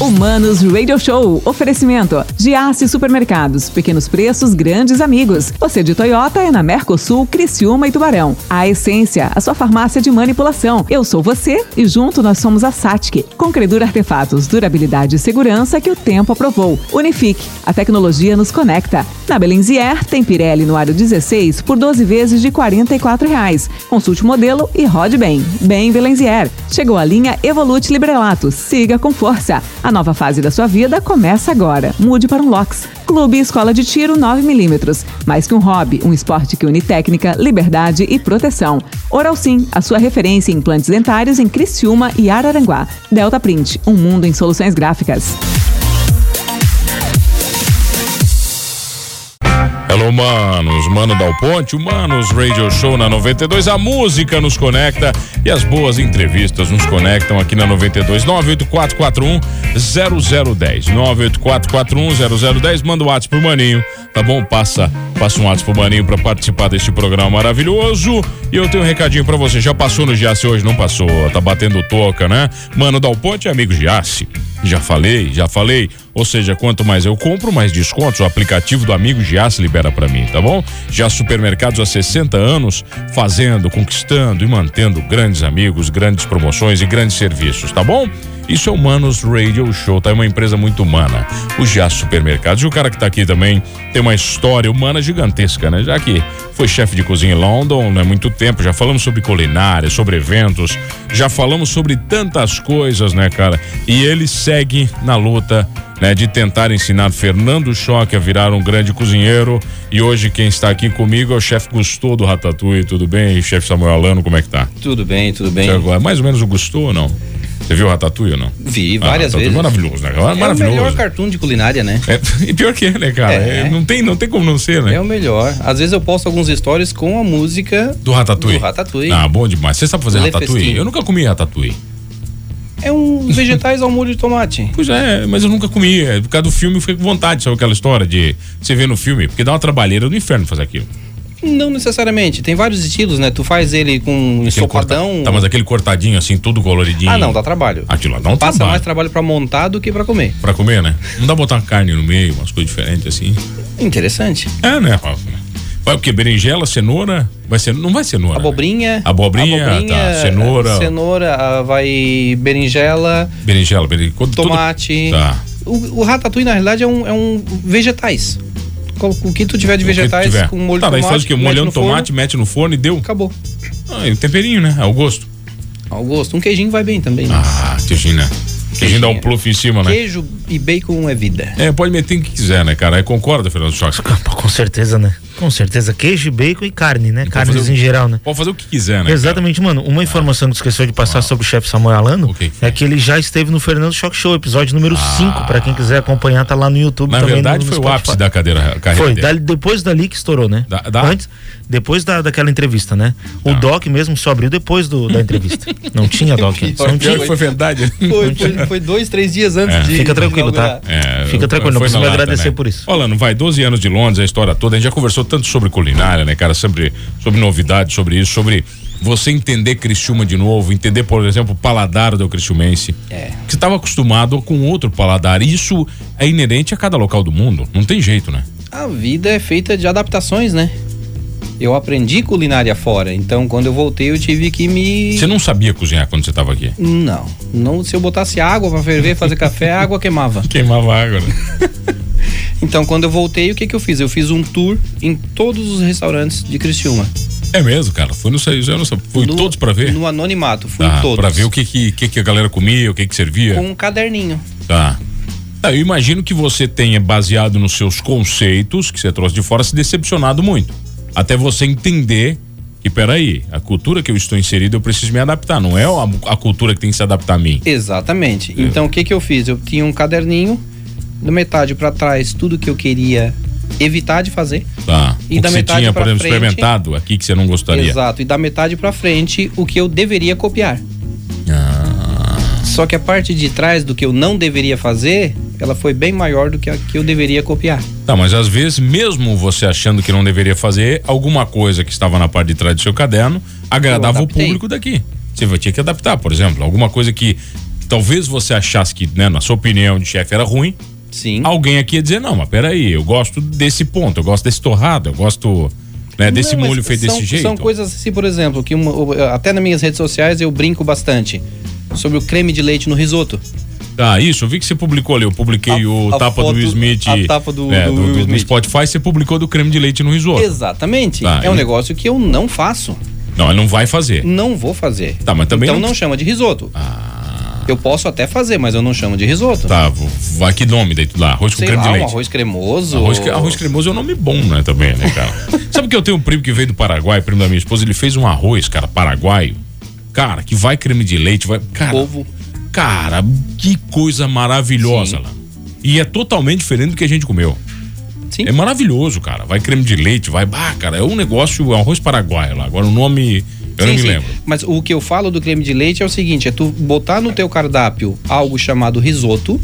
Humanos Radio Show. Oferecimento. Giasse Supermercados. Pequenos preços, grandes amigos. Você de Toyota é na Mercosul, Criciúma e Tubarão. A Essência, a sua farmácia de manipulação. Eu sou você e junto nós somos a Satic. Com credura artefatos, durabilidade e segurança que o tempo aprovou. Unifique. A tecnologia nos conecta. Na Belenzier, tem Pirelli no aro 16 por 12 vezes de R$ 44 reais. Consulte o modelo e rode bem. Bem Belenzier. Chegou a linha Evolute Librelato. Siga com força. A nova fase da sua vida começa agora. Mude para um LOX. Clube Escola de Tiro 9mm. Mais que um hobby, um esporte que une técnica, liberdade e proteção. Oral Sim, a sua referência em implantes dentários em Criciúma e Araranguá. Delta Print, um mundo em soluções gráficas. Hello, manos. Mano Dal Ponte, o Manos Radio Show na 92. A música nos conecta e as boas entrevistas nos conectam aqui na 92. 98441 0010. 98441 0010. Manda o um WhatsApp pro Maninho, tá bom? Passa, passa um WhatsApp pro Maninho pra participar deste programa maravilhoso. E eu tenho um recadinho pra você. Já passou no Giasse hoje? Não passou. Tá batendo toca, né? Mano Dal Ponte é amigo Giasse. Já falei, já falei. Ou seja, quanto mais eu compro, mais descontos. O aplicativo do amigo Giasse libera para mim, tá bom? Já supermercados há 60 anos fazendo, conquistando e mantendo grandes amigos, grandes promoções e grandes serviços, tá bom? Isso é o Manos Radio Show, tá? É uma empresa muito humana. O Já Supermercados. E o cara que tá aqui também tem uma história humana gigantesca, né? Já que foi chefe de cozinha em London há muito tempo, já falamos sobre culinária, sobre eventos, já falamos sobre tantas coisas, né, cara? E ele segue na luta. Né, de tentar ensinar Fernando Choque a virar um grande cozinheiro. E hoje quem está aqui comigo é o chefe Gusto do Ratatouille. Tudo bem? E chefe Samuel Alano, como é que tá? Tudo bem, tudo bem. Agora, mais ou menos o Gusto ou não? Você viu o Ratatouille ou não? Vi várias ah, vezes. Maravilhoso, né? Cara? Maravilhoso. É o melhor cartoon de culinária, né? É, e pior que é, né, cara? É. É, não, tem, não tem como não ser, né? É o melhor. Às vezes eu posto alguns stories com a música... Do Ratatouille? Do Ratatouille. Ah, bom demais. Você sabe fazer Le Ratatouille? Festinho. Eu nunca comi Ratatouille. É um vegetais ao molho de tomate. Pois é, mas eu nunca comi. Por causa do filme eu fiquei com vontade, sabe aquela história de você ver no filme? Porque dá uma trabalheira do inferno fazer aquilo. Um Não necessariamente. Tem vários estilos, né? Tu faz ele com aquele sopadão. Corta... Tá, mas aquele cortadinho assim, tudo coloridinho. Ah, não, dá trabalho. Aquilo lá dá um Passa trabalho. mais trabalho pra montar do que pra comer. Pra comer, né? Não dá botar carne no meio, umas coisas diferentes assim. Interessante. É, né? Vai o quê? Berinjela, cenoura? Vai ser, não vai cenoura. Abobrinha. Né? Abobrinha, abobrinha tá, cenoura. Cenoura, vai berinjela. Berinjela, berinjela. Tomate. Tá. O, o ratatouille, na realidade, é um, é um vegetais o que tu tiver de vegetais tiver. com molho tá, de tomate. Tá, daí faz o que? Molhando um tomate, forno. mete no forno e deu? Acabou. Ah, e o temperinho, né? Ao gosto. Ao gosto. Um queijinho vai bem também, né? Ah, queijinho, né? Queijinho, queijinho dá um pluf em cima, né? Queijo e bacon é vida. É, pode meter o que quiser, né, cara? Aí concorda, Fernando Choques? Com certeza, né? Com certeza. Queijo, bacon e carne, né? E Carnes em geral, né? Pode fazer o que quiser, né? Exatamente, cara? mano. Uma informação ah. que esqueceu de passar ah. sobre o chefe Samuel Alano que que é que ele já esteve no Fernando Choque Show, episódio número 5. Ah. Pra quem quiser acompanhar, tá lá no YouTube Na também. verdade, no, no foi Spotify. o ápice da cadeira, carreira. Foi, dele. Da, depois dali que estourou, né? Da, da? Tá. Antes, depois da, daquela entrevista, né? O Doc mesmo só abriu depois do, da entrevista. não tinha Doc. Não tinha. Foi verdade. né? Foi, foi, foi, dois, três dias antes é. de. Fica tranquilo, tá? É, Fica tranquilo, não precisa me agradecer por isso. Falando, né? vai, 12 anos de Londres, a história toda, a gente já conversou tanto sobre culinária, né, cara? Sobre, sobre novidades, sobre isso, sobre você entender Criciúma de novo, entender, por exemplo, o paladar do Criciumense. É. Que estava acostumado com outro paladar. E isso é inerente a cada local do mundo. Não tem jeito, né? A vida é feita de adaptações, né? Eu aprendi culinária fora, então quando eu voltei eu tive que me. Você não sabia cozinhar quando você estava aqui? Não. não. Se eu botasse água para ferver, fazer café, a água queimava. Queimava água, né? Então, quando eu voltei, o que, que eu fiz? Eu fiz um tour em todos os restaurantes de Criciúma. É mesmo, cara. Fui no eu não sabia. Fui no, todos para ver? No anonimato, fui tá, todos. Para ver o que, é. que, que, a galera comia, o que, que servia. Com um caderninho. Tá. tá. Eu imagino que você tenha, baseado nos seus conceitos que você trouxe de fora, se decepcionado muito. Até você entender que, peraí, a cultura que eu estou inserido, eu preciso me adaptar. Não é a, a cultura que tem que se adaptar a mim. Exatamente. É. Eu... Então, o que, que eu fiz? Eu tinha um caderninho da metade para trás tudo que eu queria evitar de fazer. Tá. E o da que metade você tinha, por exemplo, frente, experimentado aqui que você não gostaria. Exato. E da metade para frente o que eu deveria copiar. Ah. Só que a parte de trás do que eu não deveria fazer, ela foi bem maior do que a que eu deveria copiar. Tá, mas às vezes, mesmo você achando que não deveria fazer, alguma coisa que estava na parte de trás do seu caderno agradava o público daqui. Você tinha que adaptar, por exemplo, alguma coisa que talvez você achasse que, né, na sua opinião de chefe era ruim. Sim. Alguém aqui ia dizer, não, mas peraí, eu gosto desse ponto, eu gosto desse torrado, eu gosto né, desse Não, mas molho feito são- desse jeito. São coisas assim, por exemplo, que uma- até nas minhas redes sociais eu brinco bastante sobre o creme de leite no risoto. Tá, isso, eu vi que você publicou ali, eu publiquei A- o a tapa do foto- Will Smith. a tapa do- é, do do, Will do- no Smith. Spotify, você publicou do creme de leite no risoto. Exatamente. Tá, é um e- negócio que eu não faço, Não, ele não vai fazer. não vou fazer. Tá, mas também então não- Ah. não, chama de risoto. Eu posso até fazer, mas eu não chamo de risoto. Tá, v- vai que nome daí tudo lá, arroz com Sei creme lá, de um leite. arroz cremoso. Arroz, cre- arroz cremoso é um nome bom, né, também, né, cara? Sabe que eu tenho um primo que veio do Paraguai, primo da minha esposa, ele fez um arroz, cara, paraguaio. Cara, que vai creme de leite, vai. Cara, Ovo. Cara, que coisa maravilhosa lá. E é totalmente diferente do que a gente comeu. Sim. É maravilhoso, cara. Vai creme de leite, vai. Bah, cara, é um negócio, é um arroz paraguaio lá. Agora o nome, eu não Sim, me sim. lembro. Mas o que eu falo do creme de leite é o seguinte: é tu botar no teu cardápio algo chamado risoto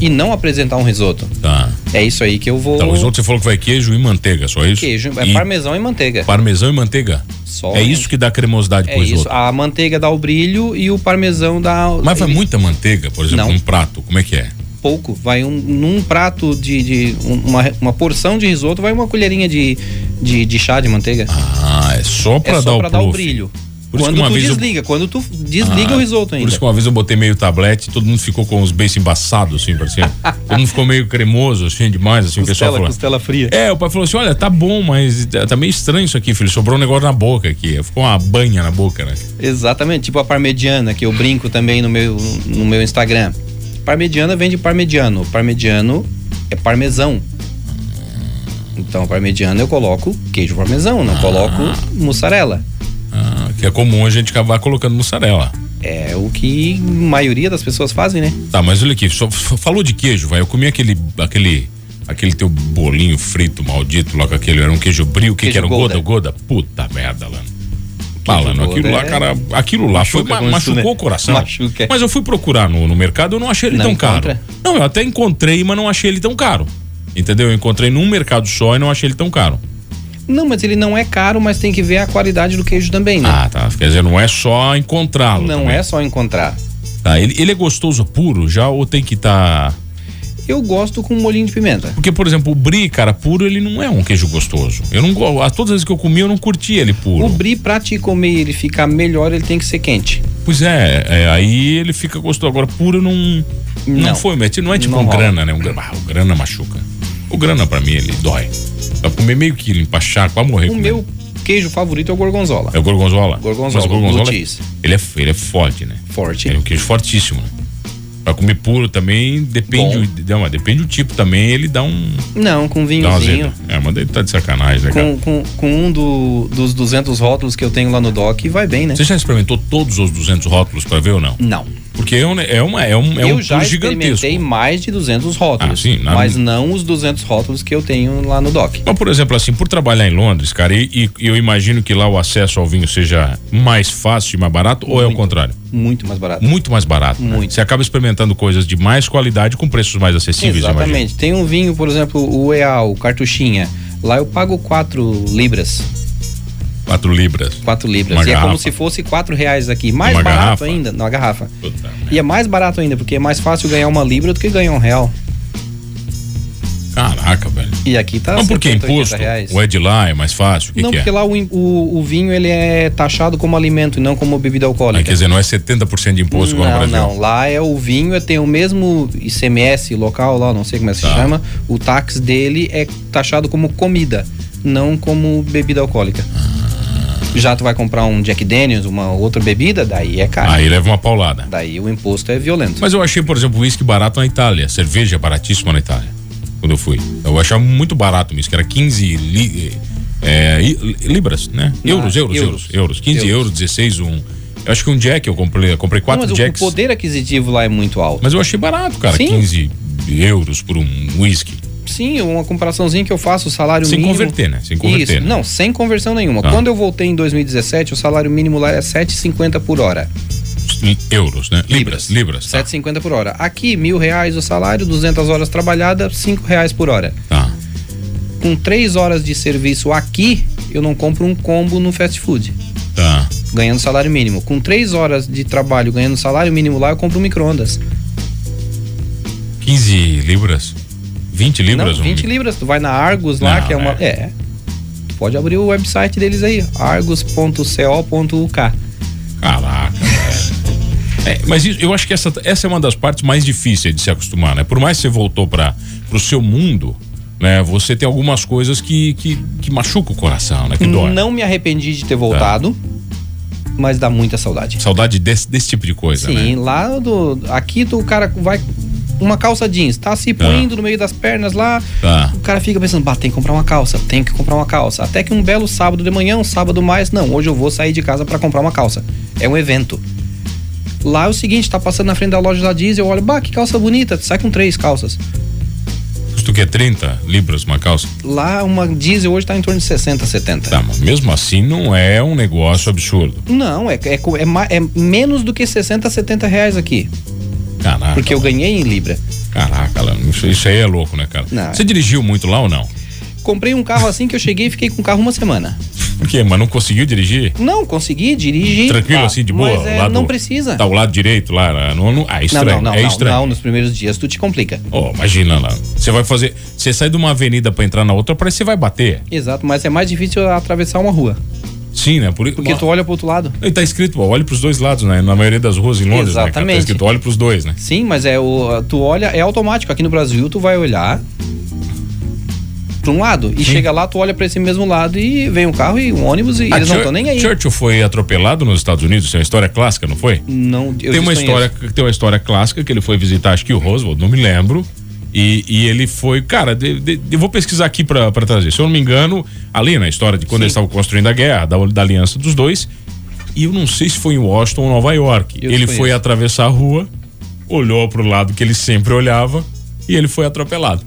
e não apresentar um risoto. Tá. É isso aí que eu vou. Tá, o risoto você falou que vai queijo e manteiga, só isso? Queijo, é E parmesão e manteiga. parmesão e manteiga? Só, É hein? isso que dá cremosidade É pro isso. risoto. A manteiga dá o brilho e o parmesão dá. Mas vai ele- muita manteiga, por exemplo, Não. num prato, como é que é? pouco. Vai um, num prato de. de um- uma, uma porção de risoto, vai uma colherinha de, de, de chá de manteiga. Ah, é só pra é dar só o pra dar o puff. brilho. Por isso quando que uma tu vez eu- Ah, desliga, quando tu desliga o risoto ainda. Por isso que uma vez eu botei meio tablete, todo mundo ficou com os beiços embaçados, assim, parecia. todo mundo ficou meio cremoso, assim, demais, assim, o pessoal costela, falou. costela fria. É, o pai falou assim: olha, tá bom, mas tá tá meio estranho isso aqui, filho. Sobrou um negócio na boca aqui. Ficou uma banha na boca, né? Exatamente, tipo a parmegiana, que eu brinco também no meu, no meu Instagram. Parmegiana vem de parmegiano. Parmegiano é parmesão. Então, parmegiana eu coloco queijo parmesão, não coloco mussarela. Ah, que é comum a gente acabar colocando mussarela. É o que a maioria das pessoas fazem, né? Tá, mas olha aqui, só, só falou de queijo, vai. Eu comi aquele. aquele. aquele teu bolinho frito maldito lá com aquele. Era um queijo brie, o que, Queijo que era? Goda. Golda. Goda? Puta merda, Lano. Malano, Golda aquilo lá, é- cara, aquilo lá foi, Machuca ma- com isso, machucou né? o coração. Machuca. Mas eu fui procurar no, no mercado, eu não achei ele Não tão caro. encontra? Não, eu até encontrei, mas não achei ele tão caro. Entendeu? Eu encontrei num mercado só e não achei ele tão caro. Não, mas ele não é caro, mas tem que ver a qualidade do queijo também, né? Ah, tá. Quer dizer, não é só encontrá-lo. não também. é só encontrar. Tá, ele, ele é gostoso puro já ou tem que tá estar. Eu gosto com um molhinho de pimenta. Porque, por exemplo, o brie, cara, puro, ele não é um queijo gostoso. Eu não gosto. a Todas as vezes que eu comi, eu não curti ele puro. O brie, pra te comer e ele ficar melhor, ele tem que ser quente. Pois é, é, aí ele fica gostoso. Agora, puro não. Não, Não. foi, mas não é tipo Não um rola. grana, né? Um, gra- ah, o grana machuca. O grana, pra mim, ele dói. Pra comer meio quilo, empachar, quase morrer. O comendo. meu queijo favorito é o gorgonzola. É o gorgonzola? Gorgonzola, Mas o gorgonzola. blue é- cheese. Ele é, ele é forte, né? Forte. É um queijo fortíssimo, né? Pra comer puro também, depende, Bom. o- não, mas depende do tipo também, ele dá um. Não, Dá com uma vinhozinho. zeta. É, mas daí tá de sacanagem, né, cara? Com, com, com um do- dos 200 rótulos que eu tenho lá no doc, vai bem, né? Você já experimentou todos os 200 rótulos pra ver ou não? Não. Porque é, um- é, uma, é um, é eu um já tour gigantesco. experimentei mais de 200 rótulos. Ah, sim, na- Mas não os 200 rótulos que eu tenho lá no doc. Mas, por exemplo, assim, por trabalhar em Londres, cara, e, e eu imagino que lá o acesso ao vinho seja mais fácil e mais barato, ou é o contrário? Muito mais barato. Muito mais barato. né? Muito. Você acaba experimentando coisas de mais qualidade com preços mais acessíveis, imagino. Exatamente. Tem um vinho, por exemplo, o EAL, cartuchinha. Lá eu pago 4 libras. 4 libras. 4 libras. Uma e é garrafa. como se fosse 4 reais aqui. Mais Uma barato garrafa? ainda, na garrafa. Puta merda. E é mais barato ainda, porque é mais fácil ganhar uma libra do que ganhar um real. Caraca, velho. E aqui tá Mas por que 70, 80 imposto? reais. Ou é de lá, é mais fácil? O que, não, que é? porque lá o, im- o, o vinho ele é taxado como alimento e não como Ah, bebida quer alcoólica. dizer, não é 70% de imposto igual no não, Brasil. não. Lá é o vinho, é- tem o mesmo ICMS local lá, não sei como é que Tá. se chama. O táxi dele é taxado como comida, não como bebida alcoólica. Ah. Já tu vai comprar um Jack Daniels, uma outra bebida, daí é caro. Aí leva uma paulada. Daí o imposto é violento. Mas eu achei, por exemplo, uísque barato na Itália. Cerveja é baratíssima na Itália. Quando eu fui. Eu achava muito barato o uísque. Era 15 li- é, i- libras, né? Não, euros, euros, euros, euros. euros, 15 euros, Euros. 16, um. Eu acho que um Jack eu comprei. Eu comprei Não, quatro mas o- Jacks. o poder aquisitivo lá é muito alto. Mas eu achei barato, cara. Sim. 15 euros por um uísque. Sim, uma comparaçãozinha que eu faço, o salário Sem mínimo. converter, né? Sem converter, Isso, né? não, sem conversão nenhuma. Tá. Quando eu voltei em 2017, o salário mínimo lá era 7,50 por hora. Euros, né? Libras, libras. tá. 7,50 por hora. Aqui, mil reais o salário, 200 horas trabalhadas, 5 reais por hora. tá. Com 3 horas de serviço aqui, eu não compro um combo no fast food. Tá. ganhando salário mínimo. Com três horas de trabalho ganhando salário mínimo lá, eu compro um micro-ondas. 15 libras? 20 libras? Não, 20 um... libras. Tu vai na Argos lá, Não, que é uma. é. É. Tu pode abrir o website deles aí, argos.co.uk. Caraca, velho. É, mas isso- eu acho que essa, essa é uma das partes mais difíceis de se acostumar, né? Por mais que você voltou para o seu mundo, né? Você tem algumas coisas que, que, que machucam o coração, né? Que Tá. dói. Não me arrependi de ter voltado, mas dá muita saudade. Saudade desse, desse tipo de coisa, né? Sim, lá do. Aqui do cara vai. Uma calça jeans, tá se É. pondo no meio das pernas lá. Tá. O cara fica pensando, bah, tem que comprar uma calça, tem que comprar uma calça. Até que um belo sábado de manhã, um sábado mais, não, hoje eu vou sair de casa pra comprar uma calça. É um evento. Lá é o seguinte, tá passando na frente da loja da jeans, eu olho, bah, que calça bonita, sai com três calças. Custa o quê? 30 libras uma calça? Lá uma diesel hoje tá em torno de 60, 70. Tá, mas mesmo assim não é um negócio absurdo. Não, é, é, co- é, ma- é menos do que 60, 70 reais aqui. Caraca. Porque eu ganhei em Libra. Caraca, Lano, isso, isso aí é louco, né, cara? Não. Você dirigiu muito lá ou não? Comprei um carro assim que eu cheguei e fiquei com o carro uma semana. Por quê? Mas não conseguiu dirigir? Não, consegui dirigir. Tranquilo, Ah, assim, de boa? Mas é, lado- não precisa. Tá o lado direito lá. né? Não, não, ah, é não, estranho. não, não, é não, estranho. não, nos primeiros dias tu te complica. Ó, imagina lá. Você vai fazer. Você sai de uma avenida pra entrar na outra, parece que você vai bater. Exato, mas é mais difícil atravessar uma rua. Sim, né? Por, Porque tu olha pro outro lado. E tá escrito, ó, olhe pros dois lados, né? Na maioria das ruas em Londres, né, cara? Tá Exatamente. escrito, olhe pros dois, né? Sim, mas é o. Tu olha, é automático. Aqui no Brasil, tu vai olhar pra um lado. E chega lá, tu olha pra esse mesmo lado e vem um carro e um ônibus e Ah, eles Chur- não estão nem aí. Churchill foi atropelado nos Estados Unidos, isso é uma história clássica, não foi? Não, eu tem uma desconheço. história tem uma história clássica que ele foi visitar acho que o Roosevelt não me lembro e, e ele foi cara de- de- eu vou pesquisar aqui pra pra trazer se eu não me engano ali na história de quando eles estavam construindo a guerra da, da aliança dos dois e eu não sei se foi em Washington ou Nova York Eu ele desconheço. foi atravessar a rua olhou pro lado que ele sempre olhava e ele foi atropelado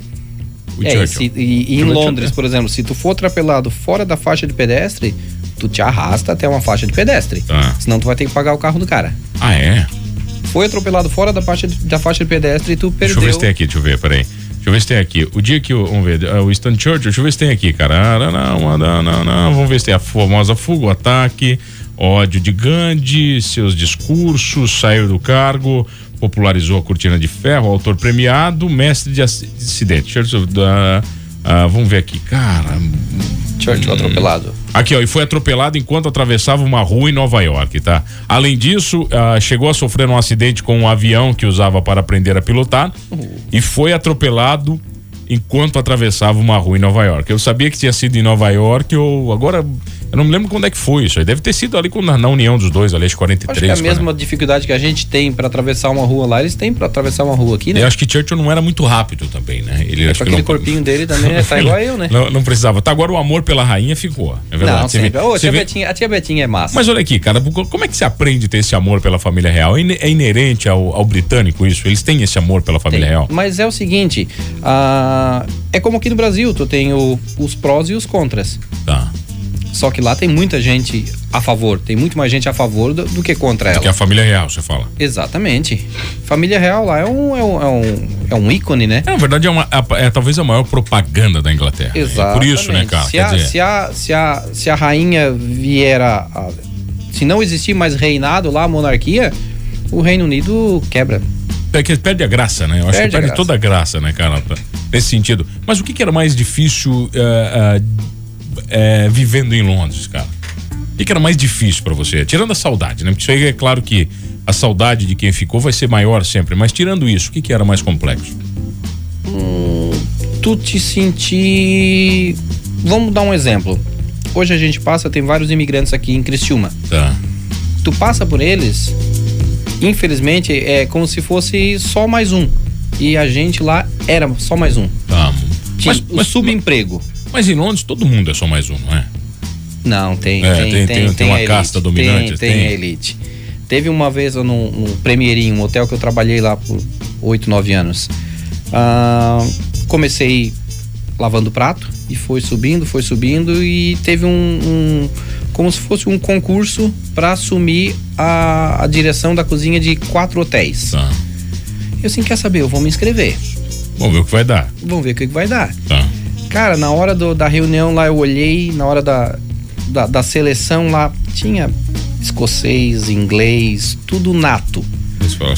o É, e Churchill se- e, e em Churchill, Londres, é. por exemplo, se tu for atropelado fora da faixa de pedestre, tu te arrasta até uma faixa de pedestre. Tá. Senão tu vai ter que pagar o carro do cara. ah é Foi atropelado fora da faixa de, da faixa de pedestre e tu Deixa eu ver perdeu. se tem aqui, deixa eu ver, peraí. Deixa eu ver se tem aqui. O dia que o. Vamos ver. ah, O Stan Churchill, deixa eu ver se tem aqui, cara. Ah, não, não, não, não, não. Vamos ver se tem a famosa fuga, o ataque, ódio de Gandhi, seus discursos, saiu do cargo, popularizou a cortina de ferro, autor premiado, mestre de aci- de acidente. Churchill. da- ah, vamos ver aqui. Cara. Hum, Churchill atropelado. Aqui, ó, e foi atropelado enquanto atravessava uma rua em Nova York, tá? Além disso, ah, chegou a sofrer um acidente com um avião que usava para aprender a pilotar e foi atropelado enquanto atravessava uma rua em Nova York. Eu sabia que tinha sido em Nova York ou agora eu não me lembro quando é que foi isso. Aí deve ter sido ali com- na, na união dos dois, ali acho que Acho 43. que é a quando- mesma dificuldade que a gente tem pra atravessar uma rua lá, eles têm pra atravessar uma rua aqui, né? Eu acho que Churchill não era muito rápido também, né? Ele acho Com que É, aquele não- corpinho dele também é, tá igual eu, né? Não, não precisava. Tá agora o amor pela rainha ficou. É verdade. não, Você vê- sempre. Ô, a você tia, vê- Betinha, a tia Betinha é massa. Mas olha aqui, cara, como é que se aprende a ter esse amor pela família real? É ine- é inerente ao, ao britânico isso? Eles têm esse amor pela família real? Mas é o seguinte, ah, é como aqui no Brasil, tu tem o- os prós e os contras. Tá. Só que lá tem muita gente a favor, tem muito mais gente a favor do, do que contra ela. Que é a família real, você fala. Exatamente. Família Real lá é um, é um, é um, é um ícone, né? É, na verdade, é, uma, é, é talvez a maior propaganda da Inglaterra. É Exato. por isso, né, cara? Se Quer a, dizer, se, a, se, a, se a rainha vier a, a- Se não existir mais reinado lá, a monarquia, o Reino Unido quebra. é que perde a graça, né? Eu acho que Perde a perde graça. toda a graça, né, cara? Tá- Nesse sentido. Mas o que, que era mais difícil é, é, é, vivendo em Londres, cara? O que, que era mais difícil pra você? Tirando a saudade, né? Porque isso aí é claro que a saudade de quem ficou vai ser maior sempre. Mas tirando isso, o que, que era mais complexo? Tu te sentir. Vamos dar um exemplo. Hoje a gente passa, tem vários imigrantes aqui em Criciúma. Tá. Tu passa por eles, infelizmente, é como se fosse só mais um. E a gente lá era só mais um. Tá. Tinha Mas, o mas, subemprego. mas em Londres todo mundo é só mais um, não é? Não, tem, É, tem, tem- tem, tem- tem a uma elite. casta dominante, Tem, tem. tem a elite. Teve uma vez eu num, num Premierinho, um hotel que eu trabalhei lá por 8, 9 anos. Ah, comecei lavando prato e foi subindo, foi subindo e teve um, um- como se fosse um concurso para assumir a, a direção da cozinha de quatro hotéis. Tá. Eu assim, quer saber, eu vou me inscrever. Vamos ver o que vai dar. Vamos ver o que, que vai dar. Tá. Cara, na hora do- da reunião lá eu olhei, na hora da, da, da seleção lá, tinha escocês, inglês, tudo nato.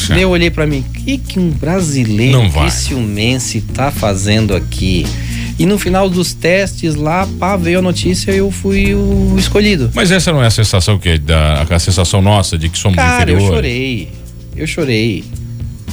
Daí eu olhei para mim, o que, que um brasileiro criciumense tá fazendo aqui? E no final dos testes lá, pá, veio a notícia e eu fui o escolhido. Mas essa não é a sensação que da a sensação nossa de que somos Cara, inferiores? eu chorei. Eu chorei.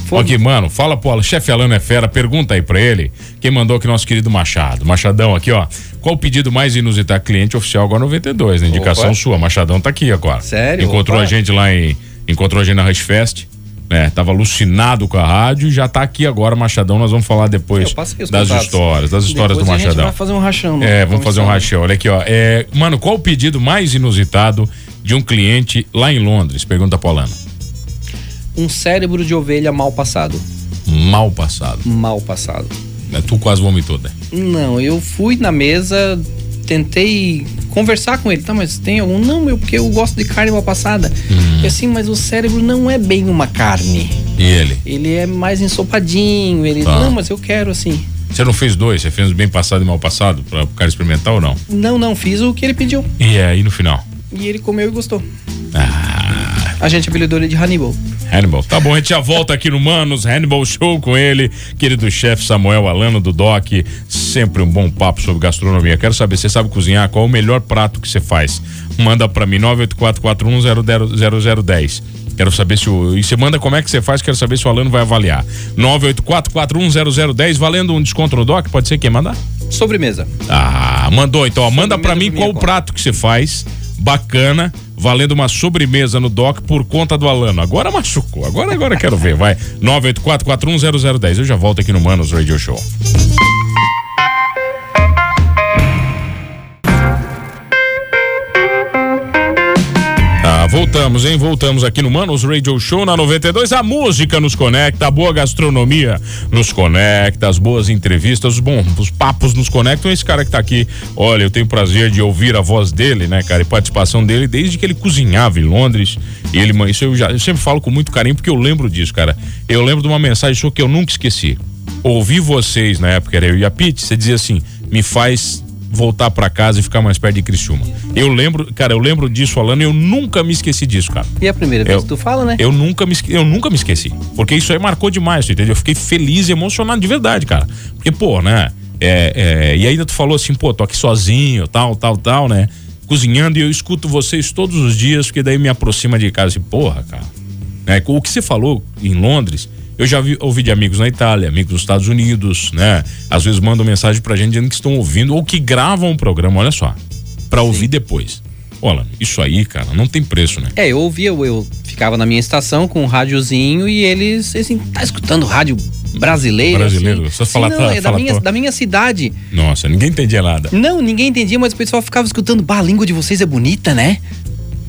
Fogo. Aqui, mano, fala pro chefe Alano é fera, pergunta aí pra ele, quem mandou aqui nosso querido Machado. Machadão aqui, ó. Qual o pedido mais inusitado? Cliente oficial agora 92, né? Indicação Opa. sua. Machadão tá aqui agora. Sério? Encontrou Opa. a gente lá em. Encontrou a gente na Rush Fest. É, tava alucinado com a rádio já tá aqui agora, Machadão. Nós vamos falar É, depois das contatos. histórias, das histórias depois do Machadão. vai fazer um rachão, não É, vamos fazer um rachão. Olha aqui, ó. É, mano, qual o pedido mais inusitado de um cliente lá em Londres? Pergunta Paulana. Um cérebro de ovelha mal passado. Mal passado. Mal passado. É, tu quase vomitou, né? Não, eu fui na mesa, tentei conversar com ele, tá, mas tem algum? Não, meu, porque eu gosto de carne mal passada. Hum. Uhum. Eu assim, mas o cérebro não é bem uma carne. E ele? Ele é mais ensopadinho, ele, Tá. ah. não, mas eu quero assim. Você não fez dois? Você fez um bem passado e mal passado para o cara experimentar ou não? Não, não, fiz o que ele pediu. E aí no final? E ele comeu e gostou. Ah. A gente apelidou ele de Hannibal. Hannibal. Tá bom, a gente já volta aqui no Manos Hannibal Show com ele, querido chefe Samuel Alano do DOC. Sempre um bom papo sobre gastronomia. Quero saber, você sabe cozinhar? Qual o melhor prato que você faz? Manda para mim, 984410010. Quero saber se o. E você manda como é que você faz, quero saber se o Alano vai avaliar. 984410010, valendo um desconto no DOC, pode ser quem mandar? Sobremesa. Ah, mandou então. Sobremesa manda para mim qual o prato que você faz bacana, valendo uma sobremesa no DOC por conta do Alano. Agora machucou, agora agora quero ver, vai. 984410010. Eu já volto aqui no Manos Radio Show. Ah, voltamos, hein? Voltamos aqui no Manos Radio Show na 92. A música nos conecta, a boa gastronomia nos conecta, as boas entrevistas, os bons papos nos conectam. Esse cara que tá aqui, olha, eu tenho prazer de ouvir a voz dele, né, cara? E participação dele desde que ele cozinhava em Londres. ele, isso eu, já, eu sempre falo com muito carinho porque eu lembro disso, cara. Eu lembro de uma mensagem sua que eu nunca esqueci. Ouvi vocês na época, era eu e a Pete, você dizia assim: me faz voltar para casa e ficar mais perto de Criciúma. Eu lembro, cara, eu lembro disso falando e eu nunca me esqueci disso, cara. E a primeira vez eu, que tu fala, né? Eu nunca me eu nunca me esqueci, porque isso aí marcou demais, entendeu? Eu fiquei feliz e emocionado de verdade, cara. Porque pô, né? É, é, e ainda tu falou assim, pô, tô aqui sozinho, tal, tal, tal, né? Cozinhando e eu escuto vocês todos os dias, porque daí me aproxima de casa e porra, cara. Né? O que você falou em Londres, eu já vi, ouvi de amigos na Itália, amigos nos Estados Unidos, né? Às vezes mandam mensagem pra gente dizendo que estão ouvindo ou que gravam o um programa, olha só, pra Sim. ouvir depois. Olha, isso aí, cara, não tem preço, né? É, eu ouvia, eu, eu ficava na minha estação com um rádiozinho e eles, assim, tá escutando rádio brasileiro? Brasileiro, assim. só falar Não, é da, minha, da minha cidade. Nossa, ninguém entendia nada. Não, ninguém entendia, mas o pessoal ficava escutando, bah, a língua de vocês é bonita, né?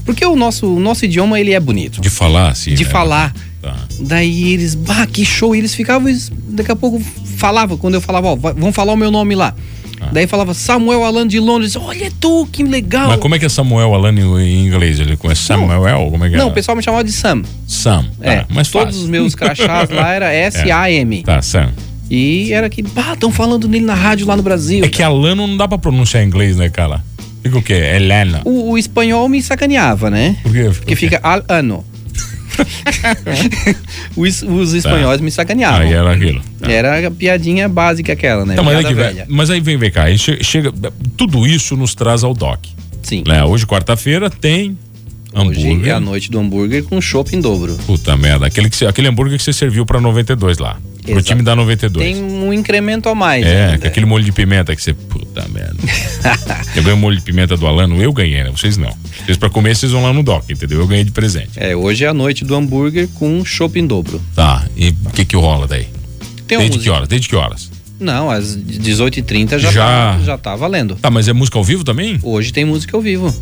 Porque o nosso, o nosso idioma, ele é bonito. De falar, assim, sim. De né? falar. Tá. Daí eles, bah, que show! E eles ficavam, daqui a pouco falava, quando eu falava, ó, vão falar o meu nome lá. Ah. Daí falava Samuel Alan de Londres, olha tu, que legal. Mas como é que é Samuel Alan em inglês? Ele conhece Samuel? Não, como é que Ah, é? Não, o pessoal me chamava de Sam. Sam, é. Tá, mas todos fácil. os meus crachás lá era S-A-M. É. Tá, Sam. E era que, bah, estão falando nele na rádio lá no Brasil. É que Alano não dá pra pronunciar em inglês, né, cara? Fica o quê? Helena. O, o espanhol me sacaneava, né? Por quê? Porque fica Alano. os, os, espanhóis tá. me sacaneavam. Aí Ah, era aquilo. Tá. Era a piadinha básica aquela, né? Então, mas, aí vem, mas, aí vem, vem cá, aí chega, tudo isso nos traz ao DOC. Sim. Né? Hoje, quarta-feira, tem hambúrguer. Hoje é a noite do hambúrguer com chopp em dobro. Puta merda, aquele, que, aquele hambúrguer que você serviu pra 92 lá. Exato. Pro time da 92. Tem um incremento a mais. É, ainda. aquele molho de pimenta que você. Puta merda. eu ganhei o molho de pimenta do Alano, eu ganhei, né? Vocês não. Vocês pra comer, vocês vão lá no DOC, entendeu? Eu ganhei de presente. É, hoje é a noite do hambúrguer com chopp em dobro. Tá, e o que que rola daí? Tem Desde que horas? Desde que horas? Não, às 18h30 já, já. Tá, já tá valendo. Tá, mas é música ao vivo também? Hoje tem música ao vivo.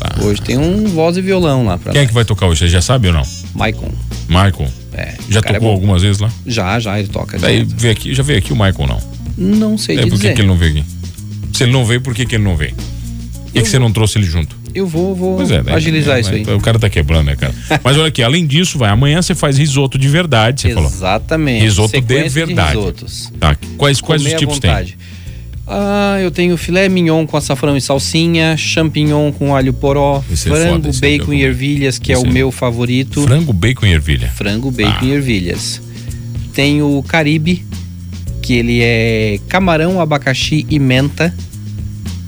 Ah. Hoje tem um voz e violão lá Tá. pra Quem lá. é que vai tocar hoje? Você já sabe ou não? Michael. Michael? É. Já tocou é algumas vezes lá? Já, já, ele toca. Daí veio aqui, já veio aqui o Michael, não? Não sei é, Por que ele não veio aqui? Se ele não veio, por que, que ele não veio? Por que, que você não trouxe ele junto? Eu vou, vou é, daí, agilizar é, isso aí. O cara tá quebrando, né, cara? Mas olha aqui, além disso, vai, amanhã você faz risoto de verdade, você Exatamente. falou. Exatamente. Risoto Sequência de verdade. De risotos. Tá. Quais, quais Comer os tipos tem? Ah, eu tenho filé mignon com açafrão e salsinha, champignon com alho poró, Esse é foda, frango, esse bacon é e bom. ervilhas, que Esse é é- Ah. o meu favorito. Frango, bacon e ervilha. Frango, bacon e ervilhas. Tem o caribe, que ele é camarão, abacaxi e menta.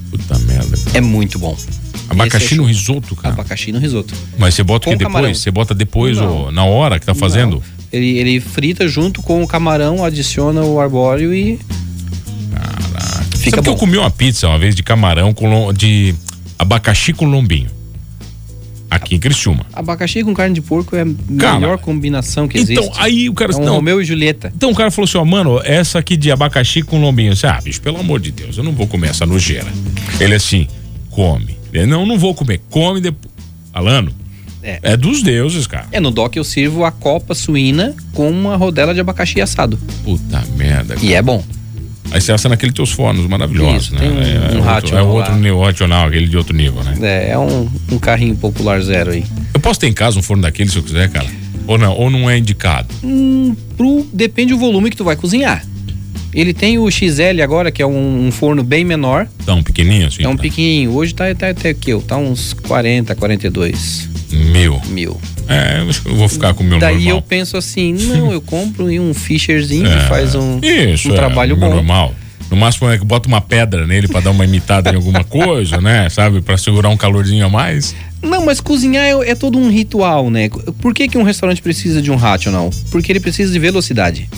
Puta merda. cara. É muito bom. Esse Abacaxi é no show. risoto, cara. Abacaxi no risoto. Mas você bota o que Com depois? camarão. Você bota depois Não. ou na hora que tá fazendo? Ele, ele frita junto com o camarão, adiciona o arbóreo e. Fica Fica Sabe que eu bom. comi uma pizza uma vez de camarão com lom- de abacaxi com lombinho. Aqui em Criciúma. Abacaxi com carne de porco é a melhor combinação que existe. Então, aí o cara É um não, Romeu e Julieta. Então o cara falou assim, ó, mano, essa aqui de abacaxi com lombinho. Eu disse, ah, bicho, pelo amor de Deus, eu não vou comer essa nojeira. Ele assim, come. Ele, não, não vou comer, come depois. Alano, É. é. dos deuses, cara. É, no DOC eu sirvo a copa suína com uma rodela de abacaxi assado. Puta merda, cara. É. E é bom. Aí você assa naqueles teus fornos maravilhosos, Isso, né? tem é, um- um é outro, é rational outro lá. nível, rational, aquele de outro nível, né? É, é um, um carrinho popular zero aí. Eu posso ter em casa um forno daquele se eu quiser, cara? Ou não, ou não é indicado. Hum, Pro, depende do volume que tu vai cozinhar. Ele tem o XL agora, que é um, um forno bem menor. Tão pequenininho assim? é um tá? piquinho. Hoje tá, tá até que eu, tá uns 40, 42 Meu. mil. É, eu acho que eu vou ficar com o meu Daí normal. eu penso assim, não, eu compro em um Fisherzinho que faz um, É, Isso, um é, trabalho é bom. normal. No máximo é que bota uma pedra nele pra dar uma imitada em alguma coisa, né? Sabe? Pra segurar um calorzinho a mais. Não, mas cozinhar é, é todo um ritual, né? Por que, que um restaurante precisa de um rational? Porque ele precisa de velocidade.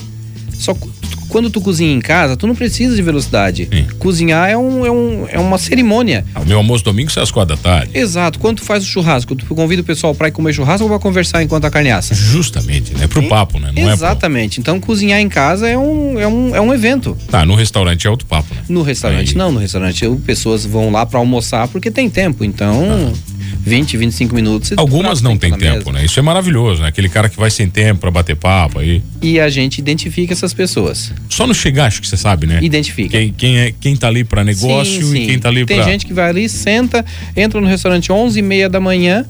Só cu- quando tu cozinha em casa, tu não precisa de velocidade. Sim. Cozinhar é, um, é, um, é uma cerimônia. Ah, O meu almoço domingo sai às quatro da tarde. Exato. Quando tu faz o churrasco, tu convida o pessoal pra ir comer churrasco ou pra conversar enquanto a carne assa? Justamente, né? Pro papo, né? Não é Exatamente. Então cozinhar em casa é um, é um, é um evento. pro... Tá, no restaurante é outro papo, né? No restaurante, Aí. não. No restaurante, eu- pessoas vão lá pra almoçar porque tem tempo. Então, 20, 25 minutos. você Algumas não tem tá na mesa. tempo, né? Isso é maravilhoso, né? Aquele cara que vai sem tempo pra bater papo aí. E a gente identifica essas pessoas. Só no chegar, acho que você sabe, né? Identifica. Quem, quem, é, quem tá ali pra negócio Sim, e sim. quem tá ali Tem pra. gente que vai ali, senta, entra no restaurante 11 e meia da manhã,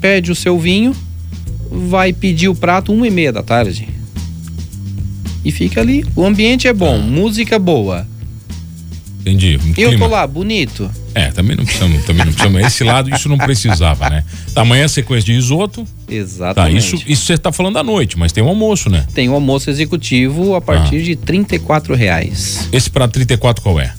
pede o seu vinho, vai pedir o prato 1 e meia da tarde. E fica ali. O ambiente é bom, música boa. Entendi. Um Eu clima. tô lá, bonito. É, também não precisamos, também não precisamos. Esse lado isso não precisava, né? Tá, amanhã é sequência de risoto. Tá, Exatamente. isso, isso você tá falando à noite, mas tem um almoço, né? Tem o almoço executivo a partir Ah. de 34 reais. Esse pra 34 qual é?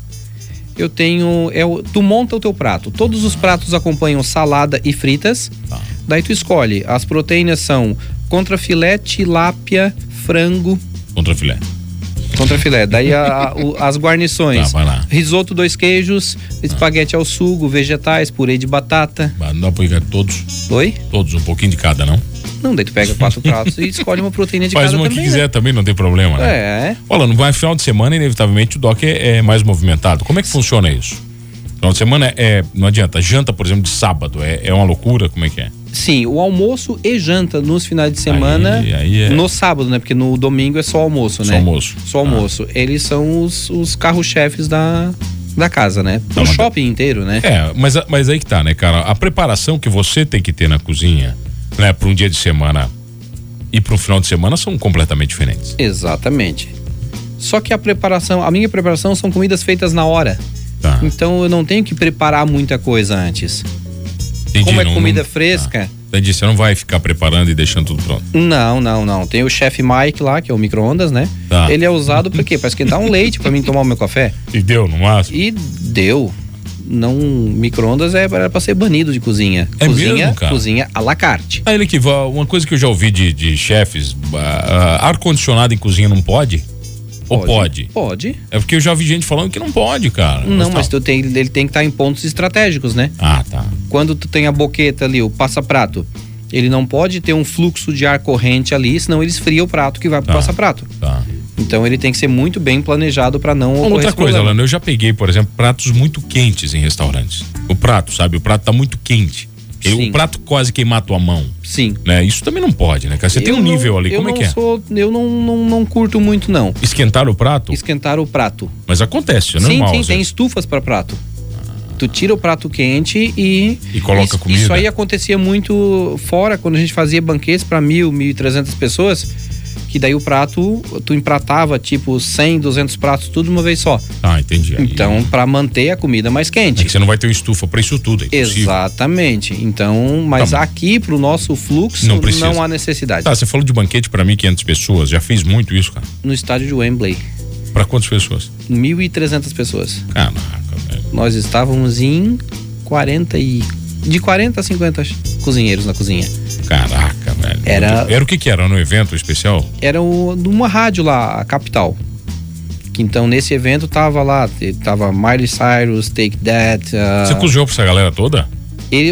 Eu tenho. É o, tu monta o teu prato. Todos os pratos acompanham salada e fritas. Tá. Daí tu escolhe. As proteínas são contrafilé, tilápia, frango. Contra filé. Contrafilé. Daí a- a- o- as Tá, guarnições. vai lá. Tá. Risoto, dois queijos, espaguete ao sugo, vegetais, purê de batata. Mas Não dá pra pegar todos, Oi? todos, um pouquinho de cada, não? Não, daí tu pega quatro pratos e escolhe uma proteína de Faz cada uma também. que né? quiser também, não tem problema, né? É. Olha, no vai final de semana, inevitavelmente, o DOC é, é mais movimentado. Como é que funciona isso? Final de semana é. é- Não adianta. Janta, por exemplo, de sábado. É, é uma loucura? Como é que é? Sim, o almoço e janta nos finais de semana. Aí- aí é- No sábado, né? Porque no domingo é só almoço, Só né? almoço. Ah. Só almoço. Eles são os, os carro-chefes da, da casa, né? Não, o mas- shopping inteiro, né? É, mas, a- mas aí que tá, né, cara? A preparação que você tem que ter na cozinha, né, pra um dia de semana e pra um final de semana são completamente diferentes. Exatamente. Só que a preparação, a minha preparação são comidas feitas na hora. Tá. Então eu não tenho que preparar muita coisa antes. Entendi, Como é não- comida não- Ah. fresca, Entendi, você não vai ficar preparando e deixando tudo pronto. não, não, não. Tem o chefe Mike lá, que é o micro-ondas, né? Tá. Ele é usado pra quê? Pra esquentar um leite pra mim tomar o meu café. E deu, no máximo. E deu. Não, micro-ondas é era pra ser banido de cozinha. É cozinha, mesmo, cara? cozinha à la carte. Ah, ele que va- uma coisa que eu já ouvi de, de chefes, ah, ah, ar-condicionado em cozinha não pode? Ou pode? Pode. É porque eu já vi gente falando que não pode, cara. Não, mas tá. tu tem, ele tem que estar em pontos estratégicos, né? Ah, tá. Quando tu tem a boqueta ali, o passa-prato, ele não pode ter um fluxo de ar corrente ali, senão ele esfria o prato que vai pro Tá. passa-prato. Tá. Então ele tem que ser muito bem planejado pra não Uma ocorrer outra esse coisa, problema. Alana, eu já peguei, por exemplo, pratos muito quentes em restaurantes. O prato, sabe? O prato tá muito quente. E Sim. o prato quase queimar a tua mão. Sim. Né? Isso também não pode, né, cara? Você tem Eu um nível não- ali, eu como é não que é? sou- eu não, não, não curto muito, não. Esquentar o prato? Esquentar o prato. Mas acontece, é sim, normal. sim, às tem vezes. estufas pra prato. Tu tira o prato quente e. E coloca isso, comida. Isso aí acontecia muito fora, quando a gente fazia banquetes pra mil, mil e trezentas pessoas, que daí o prato, tu empratava tipo 100, 200 pratos tudo uma vez só. Ah, entendi. Aí- Então, para manter a comida mais É quente. que você não vai ter uma estufa pra isso tudo, é impossível. Exatamente. Então, mas Tá bom. aqui pro nosso fluxo Não não, precisa. há necessidade. Tá, você falou de banquete pra 1.500 pessoas, já fiz muito isso, cara. No estádio de Wembley, Pra quantas pessoas? 1.300 pessoas. Caraca, velho. Nós estávamos em 40 e de 40 a 50 cozinheiros na cozinha. Caraca, velho. Era- Era o que que era? No evento especial? Era o, numa rádio lá, a capital. Que então nesse evento tava lá, te- tava Miley Cyrus, Take That. ah, Você cozinhou pra essa galera toda? ele-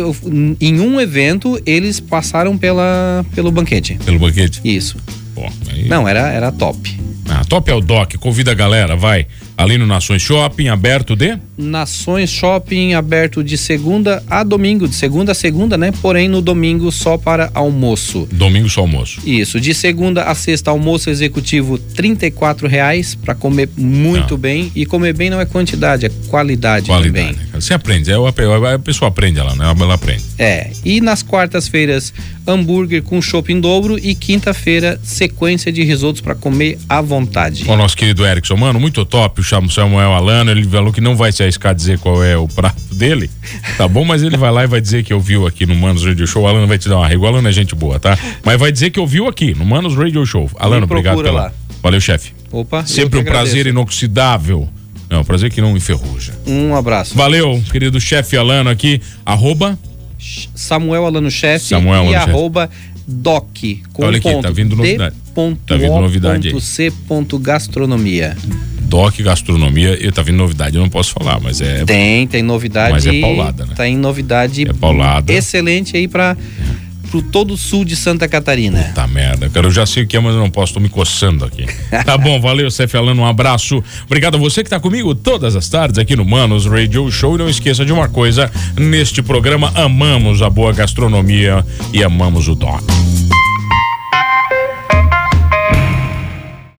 em um evento eles passaram pela, pelo banquete. Pelo banquete? Isso. Pô, aí... Não, era, era top. Ah, top é o Doc, convida a galera, vai. Ali no Nações Shopping, aberto de. Nações Shopping aberto de segunda a domingo, de segunda a segunda, né? Porém no domingo só para almoço. Domingo só almoço. Isso, de segunda a sexta almoço executivo R$ reais para comer muito bem e comer bem não é quantidade, é qualidade, Qualidade. também. né, cara? Você aprende, é, o- a pessoa aprende ela, né? Ela aprende. É. E nas quartas-feiras hambúrguer com chopp em dobro e quinta-feira sequência de risotos para comer à vontade. O nosso querido Erickson, mano, muito top. O chamo Samuel Alano, ele falou que não vai se arriscar a dizer qual é o prato dele, tá bom? Mas ele vai lá e vai dizer que ouviu aqui no Manos Radio Show. O Alano vai te dar uma régua. O Alano é gente boa, tá? Mas vai dizer que ouviu aqui no Manos Radio Show. Alano, procura obrigado pela. lá. Valeu, chefe. Opa, eu que Sempre um agradeço. prazer inoxidável. Não, prazer que não enferruja. Um abraço. Valeu, querido chefe Alano aqui, arroba. Samuel Alano Chef Samuel e Alano Chef. arroba doc com Olha aqui, ponto, tá vindo novidade. D ponto Tá vindo O novidade aí. ponto C ponto gastronomia. Doc Gastronomia, eu tá vindo novidade, eu não posso falar, mas é. Tem, tem novidade. Mas é paulada, né? Tem novidade É paulada. excelente aí para pro todo o sul de Santa Catarina. Tá merda, cara, eu já sei o que é, mas eu não posso, tô me coçando aqui. Tá bom, valeu, Cef Alano, um abraço. Obrigado a você que tá comigo todas as tardes aqui no Manos Radio Show. E não esqueça de uma coisa, neste programa amamos a boa gastronomia e amamos o Doc.